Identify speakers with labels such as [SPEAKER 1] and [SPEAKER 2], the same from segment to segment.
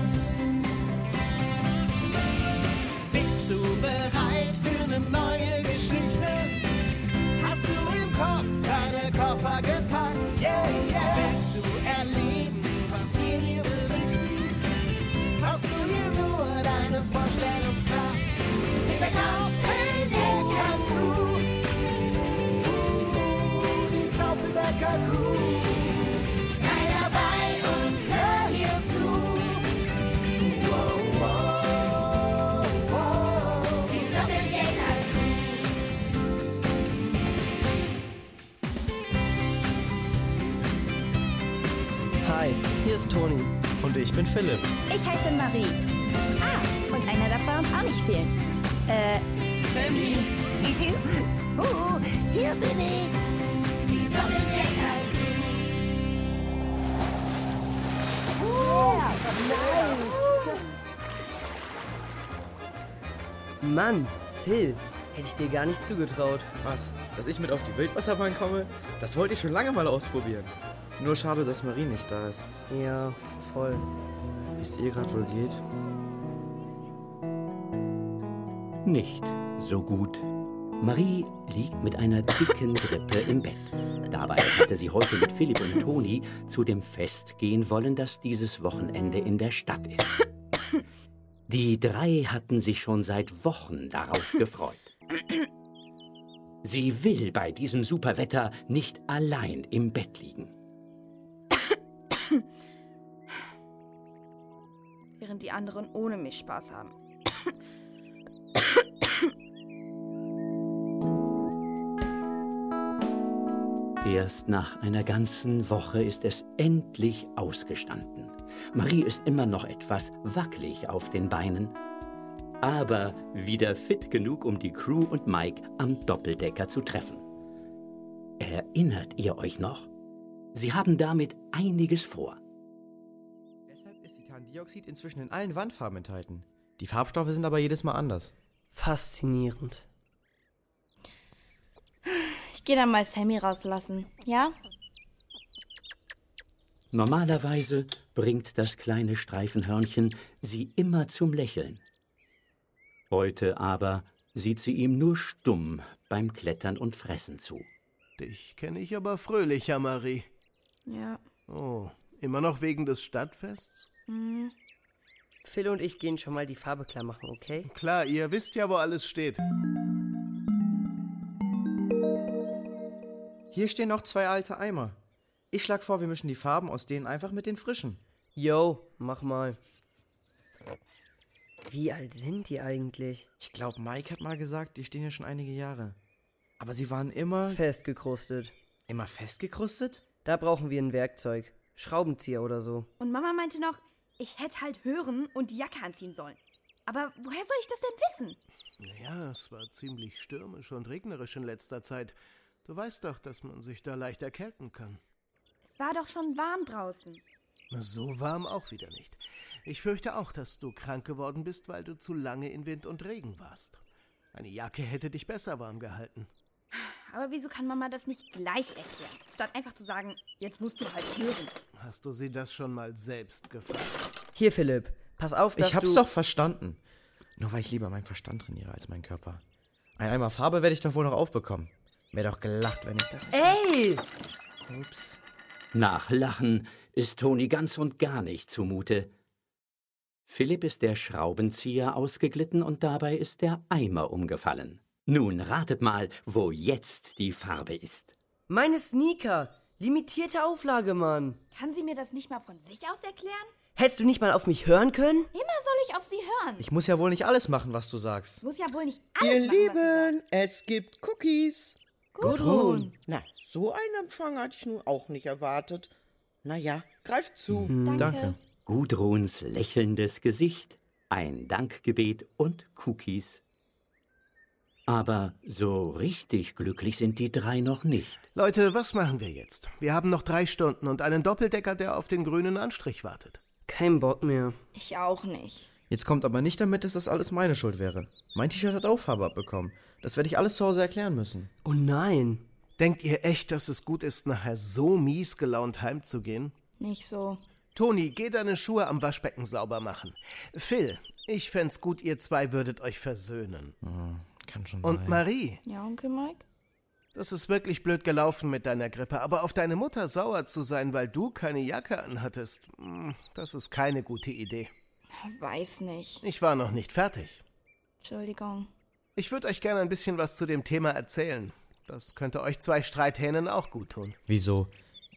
[SPEAKER 1] ne cool. Sei dabei und hör dir zu. Wow, wow, wow. Die Doppelgänger
[SPEAKER 2] Hi, hier ist Toni.
[SPEAKER 3] Und ich bin Philipp.
[SPEAKER 4] Ich heiße Marie. Ah, und einer darf bei uns auch nicht fehlen. Äh,
[SPEAKER 1] Uh, hier bin ich. Die Doppeldecker.
[SPEAKER 2] Mann, Phil, hätte ich dir gar nicht zugetraut.
[SPEAKER 3] Was? Dass ich mit auf die Wildwasserbahn komme? Das wollte ich schon lange mal ausprobieren. Nur schade, dass Marie nicht da ist.
[SPEAKER 2] Ja, voll.
[SPEAKER 3] Wie es ihr gerade wohl geht.
[SPEAKER 5] Nicht so gut. Marie liegt mit einer dicken Grippe im Bett. Dabei hatte sie heute mit Philipp und Toni zu dem Fest gehen wollen, das dieses Wochenende in der Stadt ist. Die drei hatten sich schon seit Wochen darauf gefreut. Sie will bei diesem Superwetter nicht allein im Bett liegen.
[SPEAKER 6] während die anderen ohne mich Spaß haben.
[SPEAKER 5] Erst nach einer ganzen Woche ist es endlich ausgestanden. Marie ist immer noch etwas wackelig auf den Beinen, aber wieder fit genug, um die Crew und Mike am Doppeldecker zu treffen. Erinnert ihr euch noch? Sie haben damit einiges vor.
[SPEAKER 3] Deshalb ist Titandioxid inzwischen in allen Wandfarben enthalten. Die Farbstoffe sind aber jedes Mal anders.
[SPEAKER 2] Faszinierend.
[SPEAKER 6] Ich gehe dann mal das Hemmi rauslassen, ja?
[SPEAKER 5] Normalerweise bringt das kleine Streifenhörnchen sie immer zum Lächeln. Heute aber sieht sie ihm nur stumm beim Klettern und Fressen zu.
[SPEAKER 7] Dich kenne ich aber fröhlicher, Marie.
[SPEAKER 6] Ja.
[SPEAKER 7] Oh, immer noch wegen des Stadtfests?
[SPEAKER 2] Phil und ich gehen schon mal die Farbe klar machen, okay?
[SPEAKER 7] Klar, ihr wisst ja, wo alles steht.
[SPEAKER 3] Hier stehen noch zwei alte Eimer. Ich schlag vor, wir mischen die Farben aus denen einfach mit den frischen.
[SPEAKER 2] Yo, mach mal. Wie alt sind die eigentlich?
[SPEAKER 3] Ich glaube, Mike hat mal gesagt, die stehen ja schon einige Jahre. Aber sie waren immer.
[SPEAKER 2] Festgekrustet.
[SPEAKER 3] immer festgekrustet?
[SPEAKER 2] Da brauchen wir ein Werkzeug. Schraubenzieher oder so.
[SPEAKER 8] Und Mama meinte noch, ich hätte halt hören und die Jacke anziehen sollen. Aber woher soll ich das denn wissen?
[SPEAKER 7] Naja, es war ziemlich stürmisch und regnerisch in letzter Zeit. Du weißt doch, dass man sich da leicht erkälten kann.
[SPEAKER 8] Es war doch schon warm draußen.
[SPEAKER 7] Na, So warm auch wieder nicht. Ich fürchte auch, dass du krank geworden bist, weil du zu lange in Wind und Regen warst. Eine Jacke hätte dich besser warm gehalten.
[SPEAKER 8] Aber wieso kann Mama das nicht gleich erklären? Statt einfach zu sagen, jetzt musst du halt hören.
[SPEAKER 7] Hast du sie das schon mal selbst gefragt?
[SPEAKER 2] Hier, Philipp, pass auf, dass
[SPEAKER 3] ich hab's
[SPEAKER 2] du...
[SPEAKER 3] doch verstanden. Nur weil ich lieber meinen Verstand trainiere als meinen Körper. Ein Eimer Farbe werde ich doch wohl noch aufbekommen. Wär doch gelacht, wenn ich das.
[SPEAKER 2] Ey!
[SPEAKER 3] Ups.
[SPEAKER 5] Nach Lachen ist Toni ganz und gar nicht zumute. Philipp ist der Schraubenzieher ausgeglitten und dabei ist der Eimer umgefallen. Nun ratet mal, wo jetzt die Farbe ist.
[SPEAKER 2] Meine Sneaker! Limitierte Auflage, Mann!
[SPEAKER 8] Kann sie mir das nicht mal von sich aus erklären?
[SPEAKER 2] Hättest du nicht mal auf mich hören können?
[SPEAKER 8] Immer soll ich auf sie hören. Ich
[SPEAKER 3] Ich muss ja wohl nicht alles machen, was du sagst.
[SPEAKER 8] muss ja wohl nicht alles machen, was
[SPEAKER 9] es gibt Cookies.
[SPEAKER 8] sie sagt. Gudrun.
[SPEAKER 9] Na, so einen Empfang hatte ich nun auch nicht erwartet. Naja, greift zu.
[SPEAKER 3] Hm, Mhm, Danke.
[SPEAKER 5] Gudruns lächelndes Gesicht, ein Dankgebet und Cookies. Aber so richtig glücklich sind die drei noch nicht.
[SPEAKER 7] Leute, was machen wir jetzt? Wir haben noch drei Stunden und einen Doppeldecker, der auf den grünen Anstrich wartet.
[SPEAKER 2] Kein Bock mehr.
[SPEAKER 6] Ich auch nicht.
[SPEAKER 3] Jetzt kommt aber nicht damit, dass das alles meine Schuld wäre. Mein T-Shirt hat auch Farbe abbekommen. Das werde ich alles zu Hause erklären müssen.
[SPEAKER 2] Oh nein.
[SPEAKER 7] Denkt ihr echt, dass es gut ist, nachher so mies gelaunt heimzugehen?
[SPEAKER 6] Nicht so.
[SPEAKER 7] Toni, geh deine Schuhe am Waschbecken sauber machen. Phil, ich fänd's gut, ihr zwei würdet euch versöhnen.
[SPEAKER 3] Kann schon
[SPEAKER 7] Und Marie,
[SPEAKER 6] Ja, Onkel Mike?
[SPEAKER 7] das ist wirklich blöd gelaufen mit deiner Grippe, aber auf deine Mutter sauer zu sein, weil du keine Jacke anhattest, mm, das ist keine gute Idee.
[SPEAKER 6] Weiß nicht.
[SPEAKER 7] Ich war noch nicht fertig.
[SPEAKER 6] Entschuldigung.
[SPEAKER 7] Ich würde euch gerne ein bisschen was zu dem Thema erzählen. Das könnte euch zwei Streithähnen auch gut tun.
[SPEAKER 3] Wieso?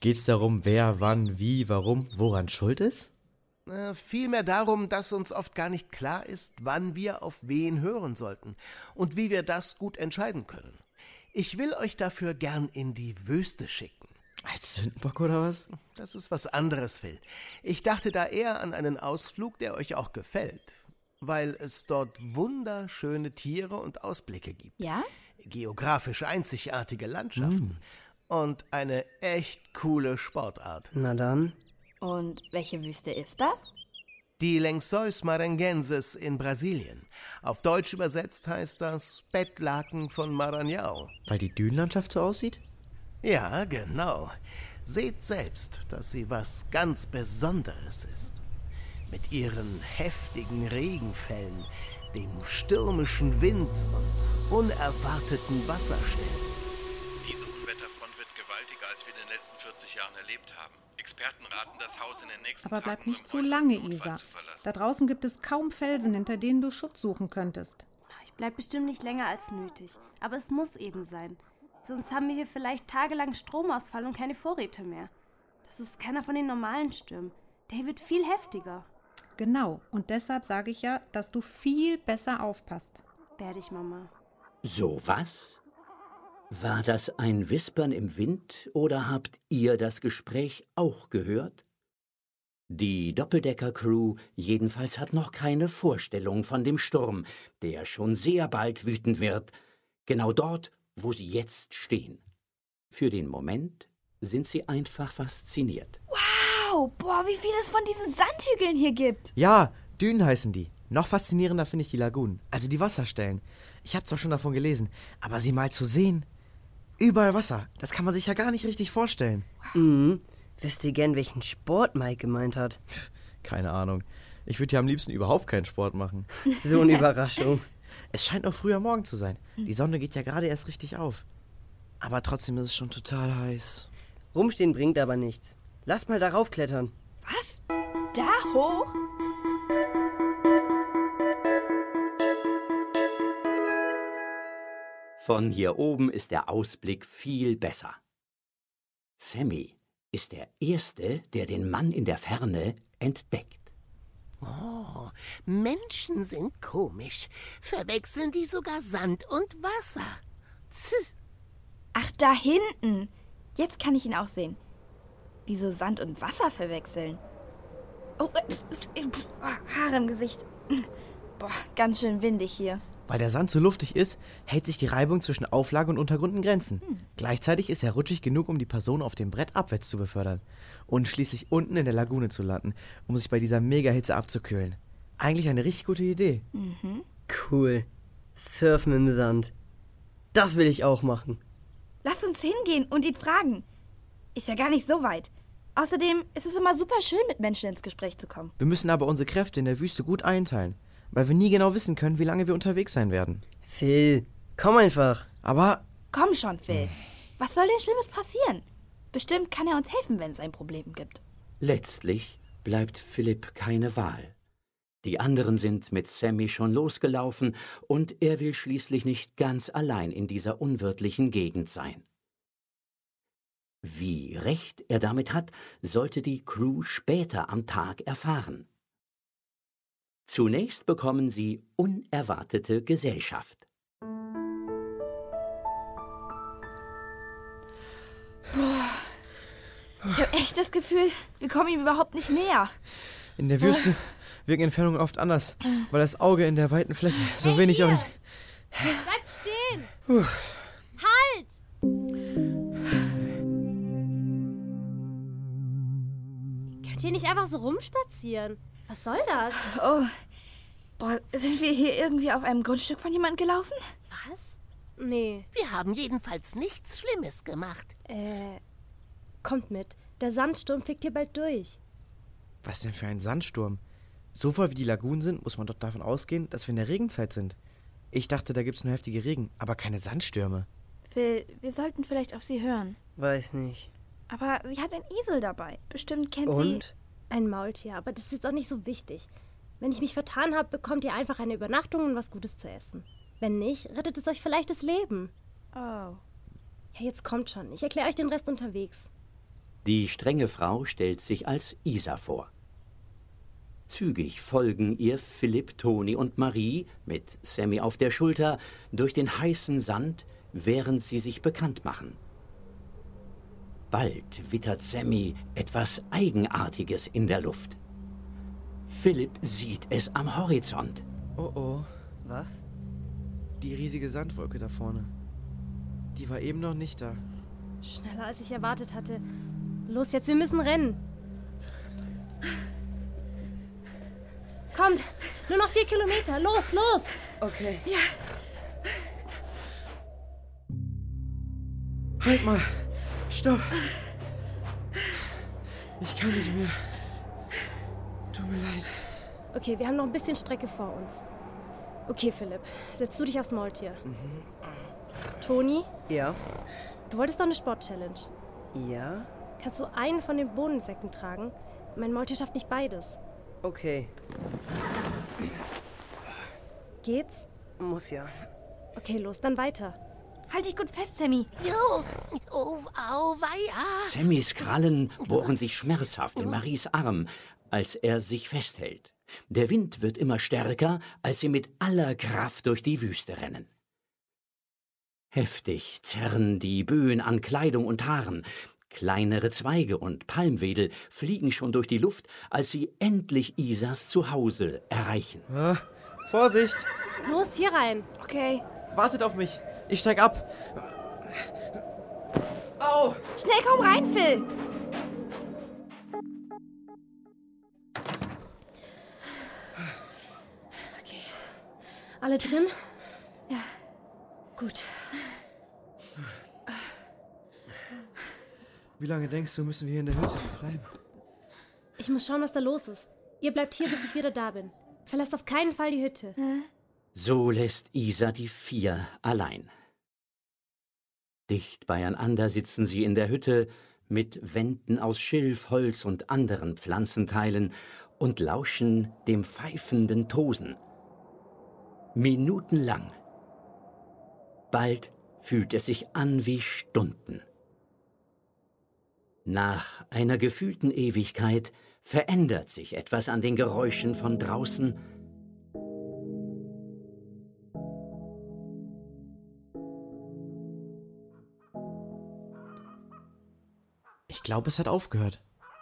[SPEAKER 3] Geht's darum, wer, wann, wie, warum, woran schuld ist?
[SPEAKER 7] Äh, vielmehr darum, dass uns oft gar nicht klar ist, wann wir auf wen hören sollten und wie wir das gut entscheiden können. Ich will euch dafür gern in die Wüste schicken.
[SPEAKER 3] Als Sündenbock oder was?
[SPEAKER 7] Das ist was anderes, Phil. Ich dachte da eher an einen Ausflug, der euch auch gefällt, weil es dort wunderschöne Tiere und Ausblicke gibt,
[SPEAKER 4] Ja?
[SPEAKER 7] geografisch einzigartige Landschaften und eine echt coole Sportart.
[SPEAKER 2] Hm. Na dann.
[SPEAKER 6] Und welche Wüste ist das?
[SPEAKER 7] Die Lençóis Maranhenses in Brasilien. Auf Deutsch übersetzt heißt das Bettlaken von Maranhão.
[SPEAKER 3] Weil die Dünenlandschaft so aussieht?
[SPEAKER 7] Ja, genau. Seht selbst, dass sie was ganz Besonderes ist. Mit ihren heftigen Regenfällen, dem stürmischen Wind und unerwarteten Wasserstellen.
[SPEAKER 10] Diese Unwetterfront wird gewaltiger, als wir in den letzten 40 Jahren erlebt haben. Experten raten, das Haus in den nächsten
[SPEAKER 11] Aber
[SPEAKER 10] Tagen
[SPEAKER 11] bleib nicht
[SPEAKER 10] nur
[SPEAKER 11] zu
[SPEAKER 10] im
[SPEAKER 11] lange,
[SPEAKER 10] äußersten Notfall
[SPEAKER 11] Isa.
[SPEAKER 10] zu verlassen.
[SPEAKER 11] Da draußen gibt es kaum Felsen, hinter denen du Schutz suchen könntest.
[SPEAKER 12] Ich bleib bestimmt nicht länger als nötig, aber es muss eben sein. Sonst haben wir hier vielleicht tagelang Stromausfall und keine Vorräte mehr. Das ist keiner von den normalen Stürmen. Der wird viel heftiger.
[SPEAKER 11] Genau, und deshalb sage ich ja, dass du viel besser aufpasst.
[SPEAKER 12] Werde ich, Mama.
[SPEAKER 5] So was? War das ein Wispern im Wind oder habt ihr das Gespräch auch gehört? Die Doppeldecker-Crew jedenfalls hat noch keine Vorstellung von dem Sturm, der schon sehr bald wütend wird, genau dort, wo sie jetzt stehen. Für den Moment sind sie einfach fasziniert.
[SPEAKER 8] Wow, boah, wie viel es von diesen Sandhügeln hier gibt.
[SPEAKER 3] Ja, Dünen heißen die. Noch faszinierender finde ich die Lagunen, also die Wasserstellen. Ich habe zwar schon davon gelesen, aber sie mal zu sehen. Überall Wasser, das kann man sich ja gar nicht richtig vorstellen.
[SPEAKER 2] Mhm. Wisst ihr gern, welchen Sport Mike gemeint hat?
[SPEAKER 3] Keine Ahnung. Ich würde ja am liebsten überhaupt keinen Sport machen.
[SPEAKER 2] So eine Überraschung.
[SPEAKER 3] Es scheint noch früh am Morgen zu sein. Die Sonne geht ja gerade erst richtig auf. Aber trotzdem ist es schon total heiß.
[SPEAKER 2] Rumstehen bringt aber nichts. Lass mal darauf klettern.
[SPEAKER 8] Was? Da hoch?
[SPEAKER 5] Von hier oben ist der Ausblick viel besser. Sammy ist der Erste, der den Mann in der Ferne entdeckt.
[SPEAKER 7] Oh,
[SPEAKER 1] Menschen sind komisch. Verwechseln die sogar Sand und Wasser. Tss.
[SPEAKER 8] Ach, da hinten. Jetzt kann ich ihn auch sehen. Wieso Sand und Wasser verwechseln? Oh, äh, äh, äh, Haare im Gesicht. Boah, ganz schön windig hier.
[SPEAKER 3] Weil der Sand so luftig ist, hält sich die Reibung zwischen Auflage und Untergrund in Grenzen.
[SPEAKER 2] Hm.
[SPEAKER 3] Gleichzeitig ist er rutschig genug, um die Person auf dem Brett abwärts zu befördern und schließlich unten in der Lagune zu landen, um sich bei dieser Megahitze abzukühlen. Eigentlich eine richtig gute Idee.
[SPEAKER 6] Mhm.
[SPEAKER 2] Cool. Surfen im Sand. Das will ich auch machen.
[SPEAKER 8] Lass uns hingehen und ihn fragen. Ist ja gar nicht so weit. Außerdem ist es immer super schön, mit Menschen ins Gespräch zu kommen.
[SPEAKER 3] Wir müssen aber unsere Kräfte in der Wüste gut einteilen, weil wir nie genau wissen können, wie lange wir unterwegs sein werden.
[SPEAKER 2] Phil, komm einfach.
[SPEAKER 3] Aber
[SPEAKER 8] Komm schon, Phil. Was soll denn Schlimmes passieren? Bestimmt kann er uns helfen, wenn es ein Problem gibt.
[SPEAKER 5] Letztlich bleibt Philipp keine Wahl. Die anderen sind mit Sammy schon losgelaufen und er will schließlich nicht ganz allein in dieser unwirtlichen Gegend sein. Wie recht er damit hat, sollte die Crew später am Tag erfahren. Zunächst bekommen sie unerwartete Gesellschaft.
[SPEAKER 8] Ich habe echt das Gefühl, wir kommen ihm überhaupt nicht näher.
[SPEAKER 3] in
[SPEAKER 2] Ah.
[SPEAKER 3] der Wüste wirken Entfernungen oft anders, weil das Auge in der weiten Fläche so wenig auf.
[SPEAKER 1] Bleibt stehen!
[SPEAKER 3] Puh.
[SPEAKER 1] Halt!
[SPEAKER 12] Könnt ihr nicht einfach so rumspazieren? Was soll das?
[SPEAKER 8] Oh. Boah, sind wir hier irgendwie auf einem Grundstück von jemandem gelaufen?
[SPEAKER 12] Was? Nee.
[SPEAKER 1] Wir haben jedenfalls nichts Schlimmes gemacht.
[SPEAKER 12] Äh, kommt mit. Der Sandsturm fickt hier bald durch.
[SPEAKER 3] Was denn für ein Sandsturm? So voll wie die Lagunen sind, muss man doch davon ausgehen, dass wir in der Regenzeit sind. Ich dachte, da gibt's nur heftige Regen, aber keine Sandstürme.
[SPEAKER 8] Phil, wir sollten vielleicht auf sie hören.
[SPEAKER 2] Weiß nicht.
[SPEAKER 8] Aber sie hat einen Esel dabei. Bestimmt kennt sie.
[SPEAKER 2] Und?
[SPEAKER 12] Ein Maultier, aber das ist jetzt auch nicht so wichtig. Wenn ich mich vertan habe, bekommt ihr einfach eine Übernachtung und was Gutes zu essen. Wenn nicht, rettet es euch vielleicht das Leben.
[SPEAKER 8] Oh.
[SPEAKER 13] Hey, jetzt kommt schon. Ich erkläre euch den Rest unterwegs.
[SPEAKER 5] Die strenge Frau stellt sich als Isa vor. Zügig folgen ihr Philipp, Toni und Marie mit Sammy auf der Schulter durch den heißen Sand, während sie sich bekannt machen. Bald wittert Sammy etwas Eigenartiges in der Luft. Philipp sieht es am Horizont.
[SPEAKER 3] Oh oh,
[SPEAKER 2] Was?
[SPEAKER 3] die riesige Sandwolke da vorne. Die war eben noch nicht da.
[SPEAKER 13] Schneller als ich erwartet hatte. Los jetzt, wir müssen rennen. Kommt, nur noch vier Kilometer. Los, los! Okay. Ja.
[SPEAKER 3] Halt mal! Stopp! Ich kann nicht mehr. Tut mir leid.
[SPEAKER 13] Okay, wir haben noch ein bisschen Strecke vor uns. Okay, Philipp, setz du dich aufs Maultier.
[SPEAKER 3] Mhm.
[SPEAKER 13] Toni,
[SPEAKER 2] Ja.
[SPEAKER 13] du wolltest doch eine Sport-Challenge.
[SPEAKER 2] Ja?
[SPEAKER 13] Kannst du einen von den Bohnensäcken tragen? Mein Maultier schafft nicht beides.
[SPEAKER 2] Okay.
[SPEAKER 13] Geht's?
[SPEAKER 2] Muss ja.
[SPEAKER 13] Okay, los, dann weiter. Halt dich gut fest, Sammy.
[SPEAKER 1] Jo, oh, auweia.
[SPEAKER 5] Sammys Krallen bohren sich schmerzhaft in Maries Arm, als er sich festhält. Der Wind wird immer stärker, als sie mit aller Kraft durch die Wüste rennen. Heftig zerren die Böen an Kleidung und Haaren. Kleinere Zweige und Palmwedel fliegen schon durch die Luft, als sie endlich Isas Zuhause erreichen.
[SPEAKER 3] Vorsicht!
[SPEAKER 13] Los, hier rein. Okay.
[SPEAKER 3] Wartet auf mich! Ich steig ab!
[SPEAKER 13] Au! Schnell komm rein, Phil! Alle drin? Ja. Gut.
[SPEAKER 3] Wie lange denkst du, müssen wir hier in der Hütte bleiben?
[SPEAKER 13] Ich muss schauen, was da los ist. Ihr bleibt hier, bis ich wieder da bin. Verlasst auf keinen Fall die Hütte.
[SPEAKER 5] So lässt Isa die vier allein. Dicht beieinander sitzen sie in der Hütte mit Wänden aus Schilf, Holz und anderen Pflanzenteilen und lauschen dem pfeifenden Tosen. Minutenlang. Bald fühlt es sich an wie Stunden. Nach einer gefühlten Ewigkeit verändert sich etwas an den Geräuschen von draußen
[SPEAKER 3] Ich glaube, es hat aufgehört.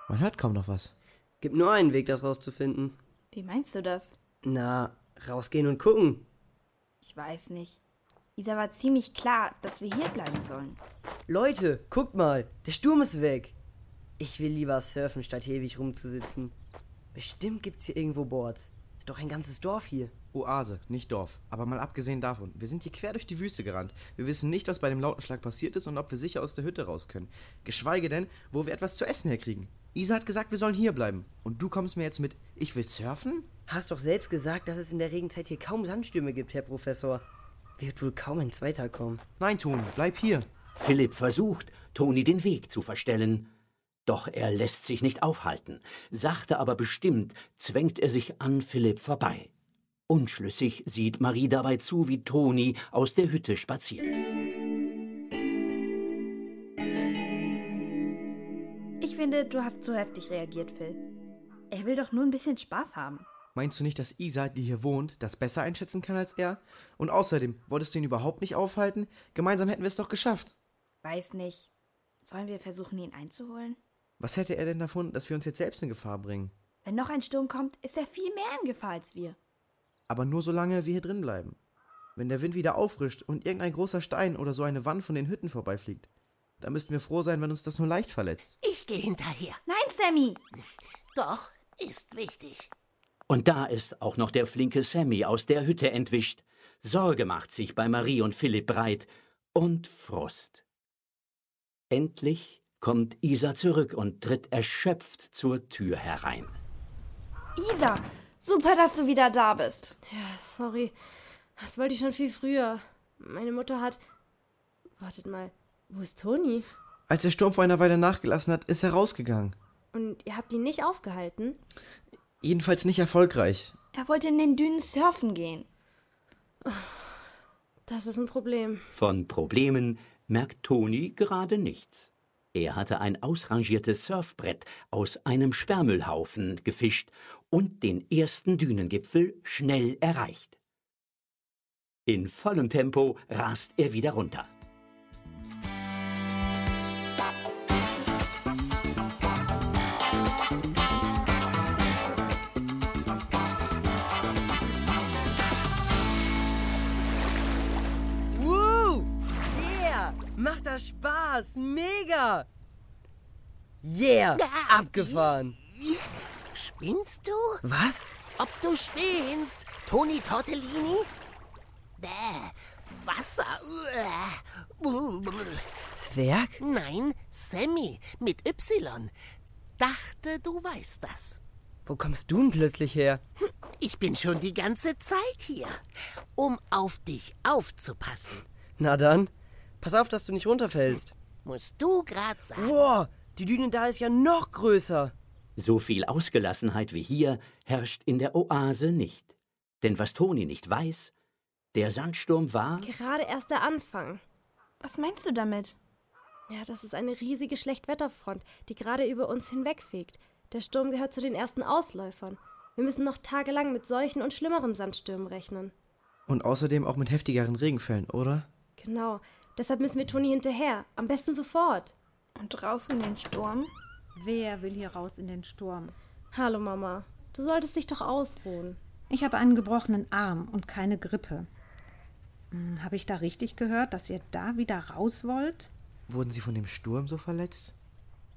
[SPEAKER 3] Man hört kaum noch was.
[SPEAKER 2] Gibt nur einen Weg, das rauszufinden.
[SPEAKER 8] Wie meinst du das?
[SPEAKER 2] Na, rausgehen und gucken.
[SPEAKER 8] Ich weiß nicht. Isa war ziemlich klar, dass wir hier bleiben sollen.
[SPEAKER 2] Leute, guckt mal, der Sturm ist weg. Ich will lieber surfen, statt ewig rumzusitzen. Bestimmt gibt's hier irgendwo Boards. Ist doch ein ganzes Dorf hier.
[SPEAKER 3] Oase, nicht Dorf. Aber mal abgesehen davon, wir sind hier quer durch die Wüste gerannt. Wir wissen nicht, was bei dem lauten Schlag passiert ist und ob wir sicher aus der Hütte raus können. Geschweige denn, wo wir etwas zu essen herkriegen. Isa hat gesagt, wir sollen hier bleiben. Und du kommst mir jetzt mit, ich will surfen?
[SPEAKER 2] Hast doch selbst gesagt, dass es in der Regenzeit hier kaum Sandstürme gibt, Herr Professor. Wird wohl kaum ein zweiter kommen.
[SPEAKER 3] Nein, Toni, bleib hier.
[SPEAKER 5] Philipp versucht, Toni den Weg zu verstellen. Doch er lässt sich nicht aufhalten. Sachte aber bestimmt zwängt er sich an Philipp vorbei. Unschlüssig sieht Marie dabei zu, wie Toni aus der Hütte spaziert.
[SPEAKER 8] Ich finde, du hast zu heftig reagiert, Phil. Er will doch nur ein bisschen Spaß haben.
[SPEAKER 3] Meinst du nicht, dass Isa, die hier wohnt, das besser einschätzen kann als er? Und außerdem, wolltest du ihn überhaupt nicht aufhalten? Gemeinsam hätten wir es doch geschafft.
[SPEAKER 8] Weiß nicht. Sollen wir versuchen, ihn einzuholen?
[SPEAKER 3] Was hätte er denn davon, dass wir uns jetzt selbst in Gefahr bringen?
[SPEAKER 8] Wenn noch ein Sturm kommt, ist er viel mehr in Gefahr als wir.
[SPEAKER 3] Aber nur solange wir hier drin bleiben. Wenn der Wind wieder auffrischt und irgendein großer Stein oder so eine Wand von den Hütten vorbeifliegt, dann müssten wir froh sein, wenn uns das nur leicht verletzt.
[SPEAKER 1] Ich gehe hinterher.
[SPEAKER 8] Nein, Sammy!
[SPEAKER 1] Doch, ist wichtig.
[SPEAKER 5] Und da ist auch noch der flinke Sammy aus der Hütte entwischt. Sorge macht sich bei Marie und Philipp breit und Frust. Endlich kommt Isa zurück und tritt erschöpft zur Tür herein.
[SPEAKER 8] Isa, super, dass du wieder da bist.
[SPEAKER 13] Ja, sorry. Das wollte ich schon viel früher. Meine Mutter hat. Wartet mal, wo ist Toni?
[SPEAKER 3] Als der Sturm vor einer Weile nachgelassen hat, ist er rausgegangen.
[SPEAKER 13] Und ihr habt ihn nicht aufgehalten?
[SPEAKER 3] Jedenfalls nicht erfolgreich.
[SPEAKER 8] Er wollte in den Dünen surfen gehen.
[SPEAKER 13] Das ist ein Problem.
[SPEAKER 5] Von Problemen merkt Toni gerade nichts. Er hatte ein ausrangiertes Surfbrett aus einem Sperrmüllhaufen gefischt und den ersten Dünengipfel schnell erreicht. In vollem Tempo rast er wieder runter.
[SPEAKER 2] Woo! Yeah! Macht das Spaß! Mega! Yeah!
[SPEAKER 1] Ja.
[SPEAKER 2] Abgefahren!
[SPEAKER 1] Spinnst du?
[SPEAKER 2] Was?
[SPEAKER 1] Ob du spinnst, Toni Tortellini? Bäh, Wasser. äh.
[SPEAKER 2] Zwerg?
[SPEAKER 1] Nein, Sammy mit Y. Dachte, du weißt das.
[SPEAKER 2] Wo kommst du denn plötzlich her?
[SPEAKER 1] Ich bin schon die ganze Zeit hier, um auf dich aufzupassen.
[SPEAKER 2] Na dann, pass auf, dass du nicht runterfällst.
[SPEAKER 1] Musst du grad sagen.
[SPEAKER 2] Wow, die Düne da ist ja noch größer.
[SPEAKER 5] So viel Ausgelassenheit wie hier herrscht in der Oase nicht. Denn was Toni nicht weiß, der Sandsturm war
[SPEAKER 8] Gerade erst der Anfang. Was meinst du damit?
[SPEAKER 13] Ja, das ist eine riesige Schlechtwetterfront, die gerade über uns hinwegfegt. Der Sturm gehört zu den ersten Ausläufern. Wir müssen noch tagelang mit solchen und schlimmeren Sandstürmen rechnen.
[SPEAKER 3] Und außerdem auch mit heftigeren Regenfällen, oder?
[SPEAKER 13] Genau. Deshalb müssen wir Toni hinterher. Am besten sofort.
[SPEAKER 8] Und draußen den Sturm?
[SPEAKER 11] Wer will hier raus in den Sturm?
[SPEAKER 13] Hallo, Mama. Du solltest dich doch ausruhen.
[SPEAKER 11] Ich habe einen gebrochenen Arm und keine Grippe. Hm, habe ich da richtig gehört, dass ihr da wieder raus wollt?
[SPEAKER 3] Wurden sie von dem Sturm so verletzt?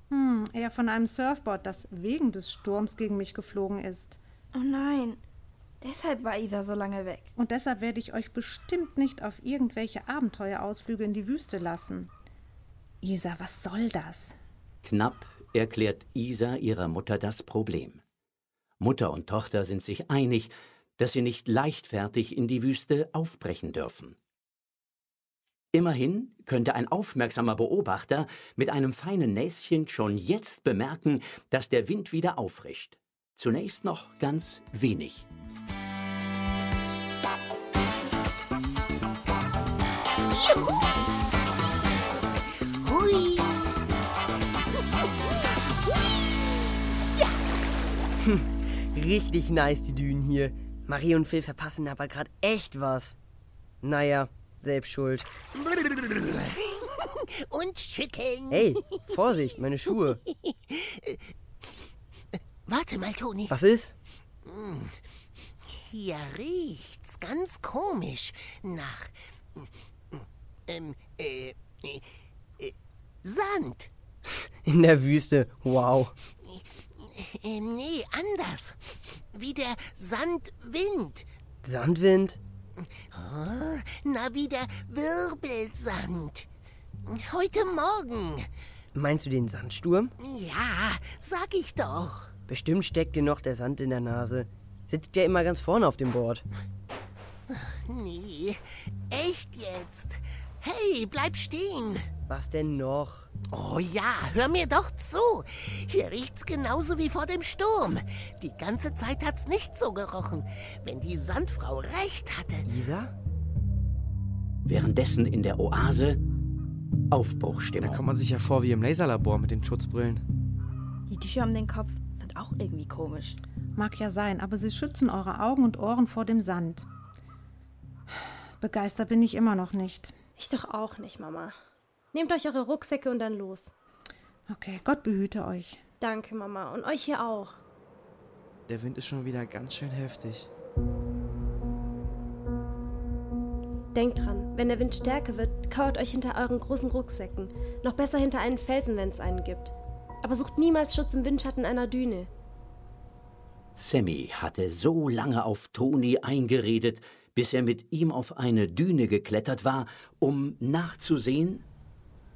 [SPEAKER 11] Hm, eher von einem Surfboard, das wegen des Sturms gegen mich geflogen ist.
[SPEAKER 8] Oh nein. Deshalb war Isa so lange weg.
[SPEAKER 11] Und deshalb werde ich euch bestimmt nicht auf irgendwelche Abenteuerausflüge in die Wüste lassen. Isa, was soll das?
[SPEAKER 5] knapp, erklärt Isa ihrer Mutter das Problem. Mutter und Tochter sind sich einig, dass sie nicht leichtfertig in die Wüste aufbrechen dürfen. Immerhin könnte ein aufmerksamer Beobachter mit einem feinen Näschen schon jetzt bemerken, dass der Wind wieder auffrischt. Zunächst noch ganz wenig.
[SPEAKER 1] Hui!
[SPEAKER 2] Richtig nice, die Dünen hier. Marie und Phil verpassen aber gerade echt was. Naja, selbst schuld.
[SPEAKER 1] Und schütteln.
[SPEAKER 2] Hey, Vorsicht, meine Schuhe.
[SPEAKER 1] Warte mal, Toni. Hm.
[SPEAKER 2] Was ist?
[SPEAKER 1] Hier riecht's ganz komisch nach. Ähm, äh, äh, äh, Sand.
[SPEAKER 2] In der Wüste. Wow.
[SPEAKER 1] Äh, nee, anders. Wie der Sandwind.
[SPEAKER 2] Sandwind?
[SPEAKER 1] Ah, na, wie der Wirbelsand. Heute Morgen.
[SPEAKER 2] Meinst du den Sandsturm?
[SPEAKER 1] Ja, sag ich doch.
[SPEAKER 2] Bestimmt steckt dir noch der Sand in der Nase. Sitzt ja immer ganz vorne auf dem Board.
[SPEAKER 1] Nee, echt jetzt. Hey, bleib stehen.
[SPEAKER 2] Was denn noch?
[SPEAKER 1] Oh ja, hör mir doch zu. Hier riecht's genauso wie vor dem Sturm. Die ganze Zeit hat's nicht so gerochen, wenn die Sandfrau recht hatte.
[SPEAKER 2] Isa?
[SPEAKER 5] Währenddessen in der Oase Aufbruchstimmung.
[SPEAKER 3] Da kommt man sich ja vor wie im Laserlabor mit den Schutzbrillen.
[SPEAKER 8] Die Tücher um den Kopf sind auch irgendwie komisch.
[SPEAKER 11] Mag ja sein, aber sie schützen eure Augen und Ohren vor dem Sand. Begeistert bin ich immer noch nicht.
[SPEAKER 13] Ich doch auch nicht, Mama. Nehmt euch eure Rucksäcke und dann los.
[SPEAKER 11] Okay, Gott behüte euch.
[SPEAKER 13] Danke, Mama. Und euch hier auch.
[SPEAKER 3] Der Wind ist schon wieder ganz schön heftig.
[SPEAKER 13] Denkt dran, wenn der Wind stärker wird, kauert euch hinter euren großen Rucksäcken. Noch besser hinter einen Felsen, wenn es einen gibt. Aber sucht niemals Schutz im Windschatten einer Düne.
[SPEAKER 5] Sammy hatte so lange auf Toni eingeredet, bis er mit ihm auf eine Düne geklettert war, um nachzusehen,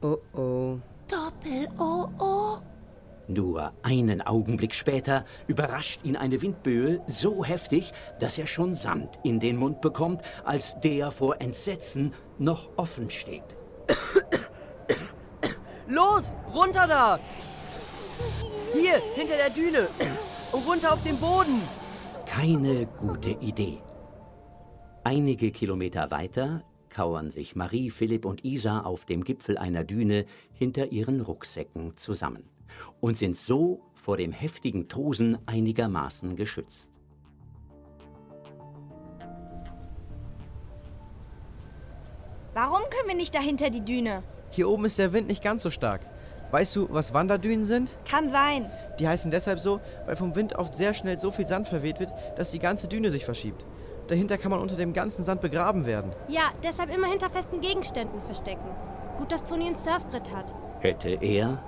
[SPEAKER 2] Oh oh.
[SPEAKER 1] Doppel-O-O.
[SPEAKER 5] Nur einen Augenblick später überrascht ihn eine Windböe so heftig, dass er schon Sand in den Mund bekommt, als der vor Entsetzen noch offen steht.
[SPEAKER 2] Los, runter da! Hier, hinter der Düne. Und runter auf den Boden.
[SPEAKER 5] Keine gute Idee. Einige Kilometer weiter kauern sich Marie, Philipp und Isa auf dem Gipfel einer Düne hinter ihren Rucksäcken zusammen und sind so vor dem heftigen Tosen einigermaßen geschützt.
[SPEAKER 8] Warum können wir nicht dahinter die Düne?
[SPEAKER 3] Hier oben ist der Wind nicht ganz so stark. Weißt du, was Wanderdünen sind?
[SPEAKER 8] Kann sein.
[SPEAKER 3] Die heißen deshalb so, weil vom Wind oft sehr schnell so viel Sand verweht wird, dass die ganze Düne sich verschiebt. Dahinter kann man unter dem ganzen Sand begraben werden.
[SPEAKER 13] Ja, deshalb immer hinter festen Gegenständen verstecken. Gut, dass Toni ein Surfbrett hat.
[SPEAKER 5] Hätte er,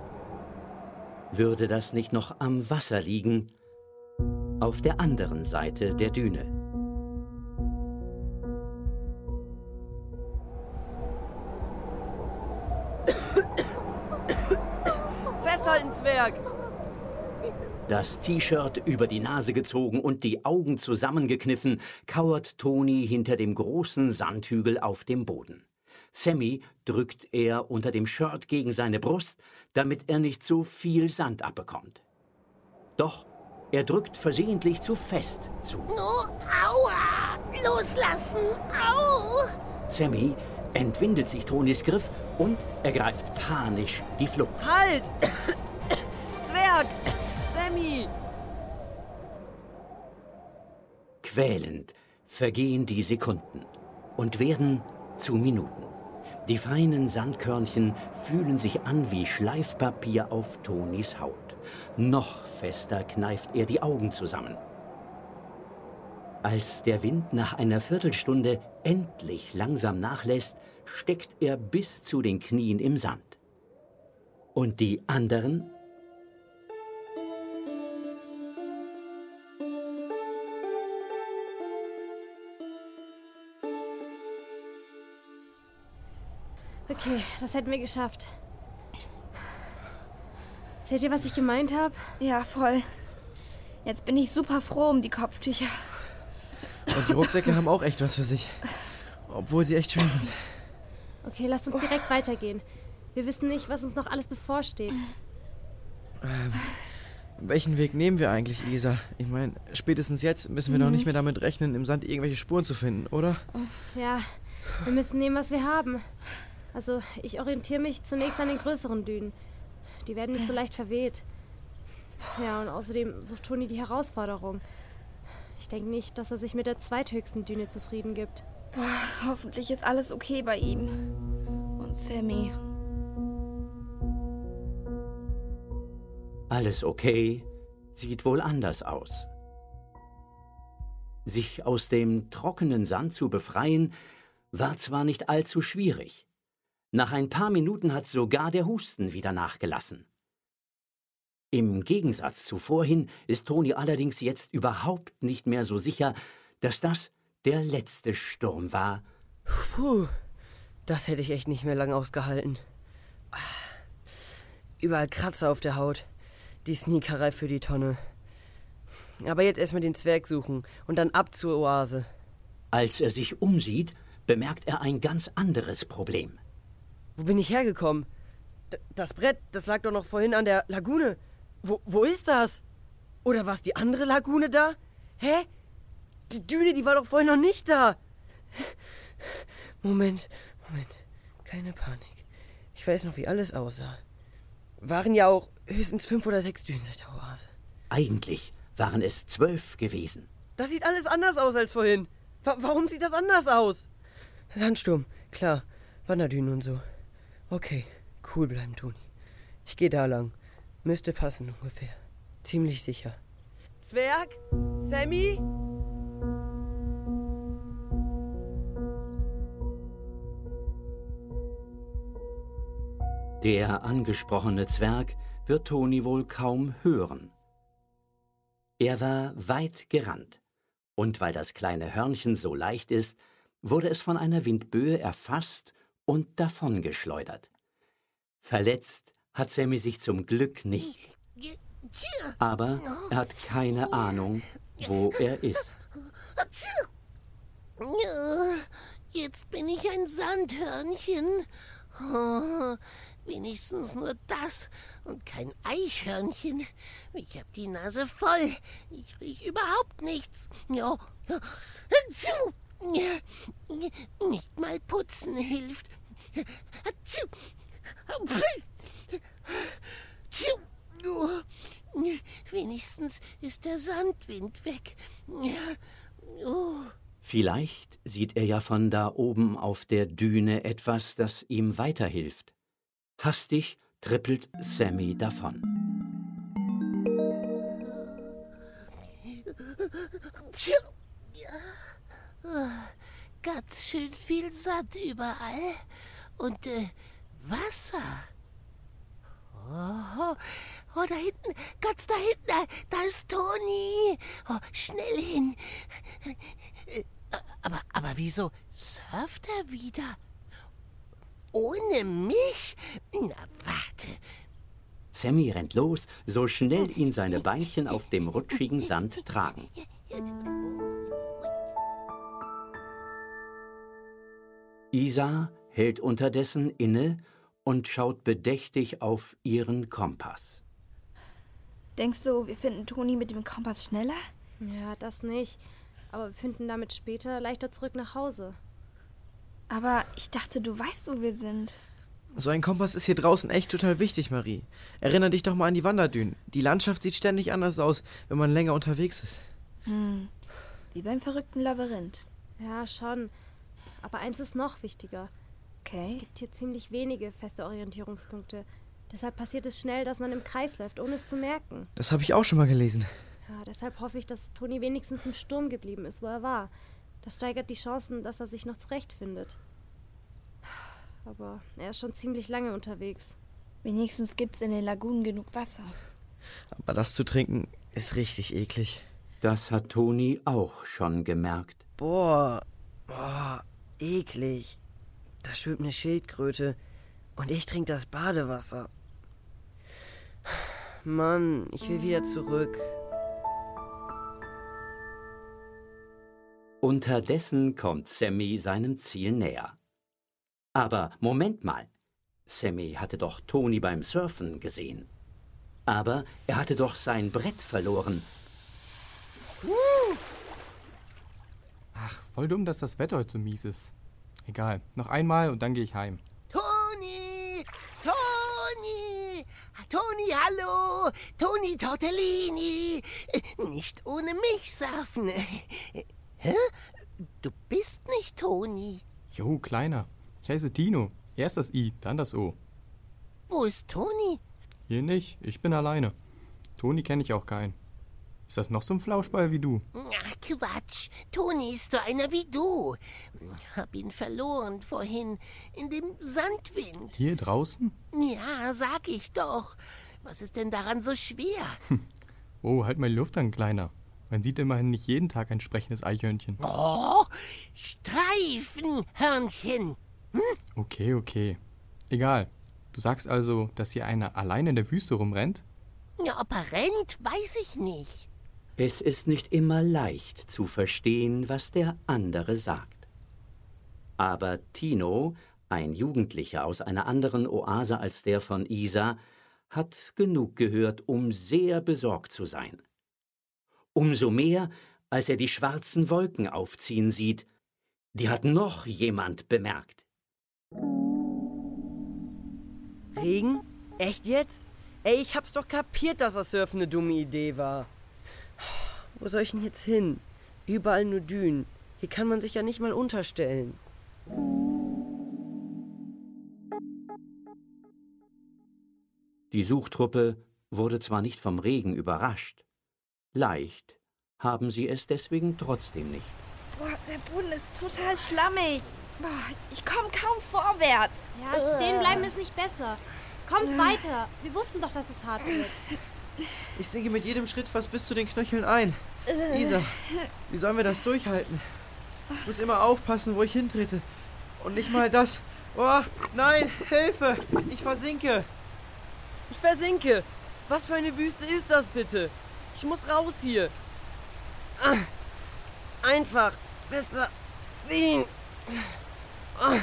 [SPEAKER 5] würde das nicht noch am Wasser liegen, auf der anderen Seite der Düne.
[SPEAKER 2] Festhalten, Zwerg!
[SPEAKER 5] Das T-Shirt über die Nase gezogen und die Augen zusammengekniffen, kauert Toni hinter dem großen Sandhügel auf dem Boden. Sammy drückt er unter dem Shirt gegen seine Brust, damit er nicht zu viel Sand abbekommt. Doch er drückt versehentlich zu fest zu.
[SPEAKER 1] Oh, aua! Loslassen! Au!
[SPEAKER 5] Sammy entwindet sich Tonis Griff und ergreift panisch die Flucht.
[SPEAKER 2] Halt! Zwerg! Sammy!
[SPEAKER 5] Quälend vergehen die Sekunden und werden zu Minuten. Die feinen Sandkörnchen fühlen sich an wie Schleifpapier auf Tonis Haut. Noch fester kneift er die Augen zusammen. Als der Wind nach einer Viertelstunde endlich langsam nachlässt, steckt er bis zu den Knien im Sand. Und die anderen
[SPEAKER 13] Okay, das hätten wir geschafft. Seht ihr, was ich gemeint habe?
[SPEAKER 8] Ja, voll. Jetzt bin ich super froh um die Kopftücher.
[SPEAKER 3] Und die Rucksäcke haben auch echt was für sich. Obwohl sie echt schön sind.
[SPEAKER 13] Okay, lasst uns direkt weitergehen. Wir wissen nicht, was uns noch alles bevorsteht.
[SPEAKER 3] Ähm, welchen Weg nehmen wir eigentlich, Isa? Ich meine, spätestens jetzt müssen wir doch
[SPEAKER 13] Mhm.
[SPEAKER 3] nicht mehr damit rechnen, im Sand irgendwelche Spuren zu finden, oder?
[SPEAKER 13] Ja, wir müssen nehmen, was wir haben. Also, ich orientiere mich zunächst an den größeren Dünen. Die werden nicht so leicht verweht. Ja, und außerdem sucht Toni die Herausforderung. Ich denke nicht, dass er sich mit der zweithöchsten Düne zufrieden gibt.
[SPEAKER 8] Boah, hoffentlich ist alles okay bei ihm. Und Sammy.
[SPEAKER 5] Alles okay sieht wohl anders aus. Sich aus dem trockenen Sand zu befreien, war zwar nicht allzu schwierig. Nach ein paar Minuten hat sogar der Husten wieder nachgelassen. Im Gegensatz zu vorhin ist Toni allerdings jetzt überhaupt nicht mehr so sicher, dass das der letzte Sturm war,
[SPEAKER 2] Puh, das hätte ich echt nicht mehr lange ausgehalten. Ah, Überall Kratzer auf der Haut. Die Sneakerei für die Tonne. Aber jetzt erstmal den Zwerg suchen und dann ab zur Oase.
[SPEAKER 5] Als er sich umsieht, bemerkt er ein ganz anderes Problem.
[SPEAKER 2] Wo bin ich hergekommen? D das Brett, das lag doch noch vorhin an der Lagune. Wo, wo ist das? Oder war es die andere Lagune da? Hä? Die Düne, die war doch vorhin noch nicht da. Moment, Moment. Keine Panik. Ich weiß noch, wie alles aussah. Waren ja auch höchstens fünf oder sechs Dünen seit der Oase.
[SPEAKER 5] Eigentlich waren es zwölf gewesen.
[SPEAKER 2] Das sieht alles anders aus als vorhin. Wa warum sieht das anders aus? Sandsturm, klar. Wanderdünen und so. Okay, cool bleiben, Toni. Ich gehe da lang. Müsste passen ungefähr. Ziemlich sicher. Zwerg? Sammy?
[SPEAKER 5] Der angesprochene Zwerg wird Toni wohl kaum hören. Er war weit gerannt, und weil das kleine Hörnchen so leicht ist, wurde es von einer Windböe erfasst und davongeschleudert. Verletzt hat Sammy sich zum Glück nicht, aber er hat keine Ahnung, wo er ist.
[SPEAKER 1] Äh, Jetzt bin ich ein Sandhörnchen. Oh, wenigstens nur das und kein Eichhörnchen. Ich hab die Nase voll. Ich riech überhaupt nichts. Ja. Atschu. Nicht mal putzen hilft. Atschu. Atschu. Oh, Wenigstens ist der Sandwind weg. Oh.
[SPEAKER 5] Vielleicht sieht er ja von da oben auf der Düne etwas, das ihm weiterhilft. Hastig trippelt Sammy davon.
[SPEAKER 1] Pschu. Oh, Ganz schön viel Sand überall und äh, Wasser. Oh, oh, da hinten, ganz da hinten, da, da ist Toni. Oh, schnell hin. Äh, Aber, aber wieso surft er wieder? Ohne mich? Na, warte.
[SPEAKER 5] Sammy rennt los, so schnell ihn seine Beinchen auf dem rutschigen Sand tragen. Isa hält unterdessen inne und schaut bedächtig auf ihren Kompass.
[SPEAKER 8] Denkst du, wir finden Toni mit dem Kompass schneller?
[SPEAKER 13] Ja, das nicht. Aber wir finden damit später leichter zurück nach Hause.
[SPEAKER 8] Aber ich dachte, du weißt, wo wir sind.
[SPEAKER 3] So ein Kompass ist hier draußen echt total wichtig, Marie. Erinner dich doch mal an die Wanderdünen. Die Landschaft sieht ständig anders aus, wenn man länger unterwegs ist.
[SPEAKER 8] Hm. Wie beim verrückten Labyrinth.
[SPEAKER 13] Ja, schon. Aber eins ist noch wichtiger.
[SPEAKER 8] Okay.
[SPEAKER 13] Es gibt hier ziemlich wenige feste Orientierungspunkte. Deshalb passiert es schnell, dass man im Kreis läuft, ohne es zu merken.
[SPEAKER 3] Das habe ich auch schon mal gelesen.
[SPEAKER 13] Ja, deshalb hoffe ich, dass Toni wenigstens im Sturm geblieben ist, wo er war. Das steigert die Chancen, dass er sich noch zurechtfindet. Aber er ist schon ziemlich lange unterwegs.
[SPEAKER 8] Wenigstens gibt's in den Lagunen genug Wasser.
[SPEAKER 3] Aber das zu trinken ist richtig eklig.
[SPEAKER 5] Das hat Toni auch schon gemerkt.
[SPEAKER 2] Boah, boah, eklig. Da schwimmt eine Schildkröte und ich trinke das Badewasser. Mann, ich will wieder zurück.
[SPEAKER 5] Unterdessen kommt Sammy seinem Ziel näher. Aber Moment mal. Sammy hatte doch Toni beim Surfen gesehen. Aber er hatte doch sein Brett verloren.
[SPEAKER 14] Ach, voll dumm, dass das Wetter heute so mies ist. Egal, noch einmal und dann gehe ich heim.
[SPEAKER 1] Toni! Toni! Toni, hallo! Toni Tortellini! Äh, Nicht ohne mich surfen. Hä? Du bist nicht Toni.
[SPEAKER 14] Jo, Kleiner. Ich heiße Tino. Erst das I, dann das O.
[SPEAKER 1] Wo ist Toni?
[SPEAKER 14] Hier nicht, ich bin alleine. Toni kenne ich auch keinen. Ist das noch so ein Flauschball wie du?
[SPEAKER 1] Ach, Quatsch. Toni ist so einer wie du. Hab ihn verloren vorhin in dem Sandwind.
[SPEAKER 14] Hier draußen?
[SPEAKER 1] Ja, sag ich doch. Was ist denn daran so schwer?
[SPEAKER 14] Oh, halt mal die Luft an, Kleiner. Man sieht immerhin nicht jeden Tag ein sprechendes Eichhörnchen.
[SPEAKER 1] Oh, Streifenhörnchen.
[SPEAKER 14] Okay, okay. Egal. Du sagst also, dass hier einer alleine in der Wüste rumrennt?
[SPEAKER 1] Ja, ob er rennt, weiß ich nicht.
[SPEAKER 5] Es ist nicht immer leicht zu verstehen, was der andere sagt. Aber Tino, ein Jugendlicher aus einer anderen Oase als der von Isa, hat genug gehört, um sehr besorgt zu sein. Umso mehr, als er die schwarzen Wolken aufziehen sieht. Die hat noch jemand bemerkt.
[SPEAKER 2] Regen? Echt jetzt? Ey, ich hab's doch kapiert, dass das Surfen eine dumme Idee war. Wo soll ich denn jetzt hin? Überall nur Dünen. Hier kann man sich ja nicht mal unterstellen.
[SPEAKER 5] Die Suchtruppe wurde zwar nicht vom Regen überrascht, leicht haben sie es deswegen trotzdem nicht.
[SPEAKER 8] Boah, der Boden ist total schlammig. Boah, ich komme kaum vorwärts. Äh.
[SPEAKER 13] Ja, stehen bleiben ist nicht besser. Kommt weiter. Wir wussten doch, dass es hart wird.
[SPEAKER 3] Ich sinke mit jedem Schritt fast bis zu den Knöcheln ein.
[SPEAKER 8] Äh.
[SPEAKER 2] Äh.
[SPEAKER 3] Isa, wie sollen wir das durchhalten? Ich muss immer aufpassen, wo ich hintrete. Und nicht mal das. Oh, nein, Hilfe! Ich versinke!
[SPEAKER 2] Ich versinke. Was für eine Wüste ist das bitte? Ich muss raus hier. Ah, Einfach. Besser. Ziehen. Ah,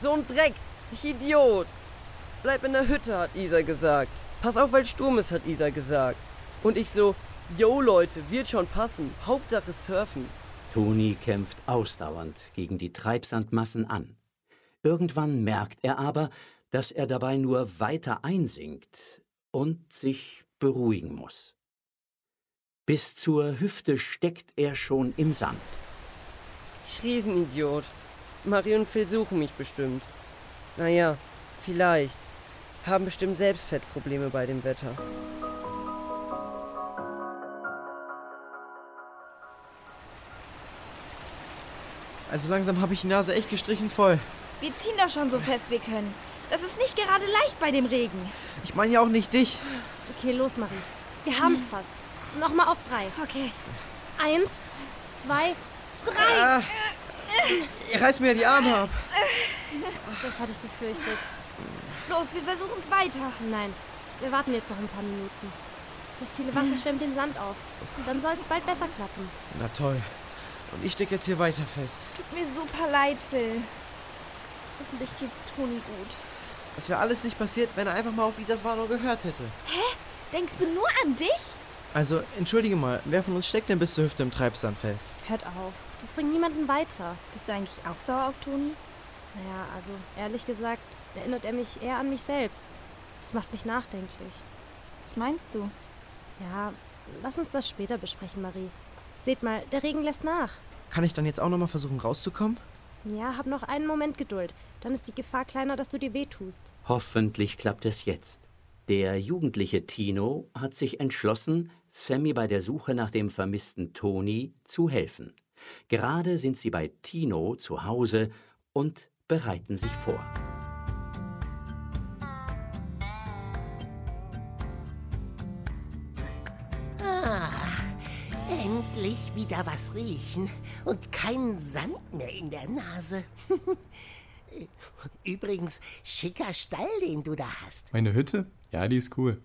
[SPEAKER 2] So ein Dreck. Ich Idiot. Bleib in der Hütte, hat Isa gesagt. Pass auf, weil Sturm ist, hat Isa gesagt. Und ich so, yo Leute, wird schon passen. Hauptsache surfen.
[SPEAKER 5] Toni kämpft ausdauernd gegen die Treibsandmassen an. Irgendwann merkt er aber, dass er dabei nur weiter einsinkt und sich beruhigen muss. Bis zur Hüfte steckt er schon im Sand.
[SPEAKER 2] Ich Riesenidiot. Marie und Phil suchen mich bestimmt. Naja, vielleicht. Haben bestimmt selbst Fettprobleme bei dem Wetter.
[SPEAKER 3] Also langsam habe ich die Nase echt gestrichen voll.
[SPEAKER 8] Wir ziehen doch schon so fest wir können. Das ist nicht gerade leicht bei dem Regen.
[SPEAKER 3] Ich meine ja auch nicht dich.
[SPEAKER 13] Okay, los, Marie. Wir haben es fast. Nochmal auf drei.
[SPEAKER 8] Okay.
[SPEAKER 13] Eins, zwei,
[SPEAKER 3] Ah.
[SPEAKER 13] drei.
[SPEAKER 3] Ihr reißt mir ja die Arme ab.
[SPEAKER 13] Das hatte ich befürchtet.
[SPEAKER 8] Los, wir versuchen es weiter.
[SPEAKER 13] Nein, wir warten jetzt noch ein paar Minuten. Das viele Wasser schwemmt den Sand auf. Und dann soll es bald besser klappen.
[SPEAKER 3] Na toll. Und ich stecke jetzt hier weiter fest.
[SPEAKER 8] Tut mir super leid, Phil. Hoffentlich geht's Toni gut.
[SPEAKER 3] Das wäre alles nicht passiert, wenn er einfach mal auf Isas Warnung gehört hätte.
[SPEAKER 8] Hä? Denkst du nur an dich?
[SPEAKER 3] Also, entschuldige mal, wer von uns steckt denn bis zur Hüfte im Treibsand fest?
[SPEAKER 13] Hört auf. Das bringt niemanden weiter.
[SPEAKER 8] Bist du eigentlich auch sauer auf Toni?
[SPEAKER 13] Naja, also ehrlich gesagt erinnert er mich eher an mich selbst. Das macht mich nachdenklich.
[SPEAKER 8] Was meinst du?
[SPEAKER 13] Ja, lass uns das später besprechen, Marie. Seht mal, der Regen lässt nach.
[SPEAKER 3] Kann ich dann jetzt auch nochmal versuchen rauszukommen?
[SPEAKER 13] Ja, hab noch einen Moment Geduld. Dann ist die Gefahr kleiner, dass du dir wehtust.
[SPEAKER 5] Hoffentlich klappt es jetzt. Der jugendliche Tino hat sich entschlossen, Sammy bei der Suche nach dem vermissten Toni zu helfen. Gerade sind sie bei Tino zu Hause und bereiten sich vor.
[SPEAKER 1] Ah, endlich wieder was riechen und keinen Sand mehr in der Nase. Übrigens, schicker Stall, den du da hast.
[SPEAKER 14] Meine Hütte? Ja, die ist cool.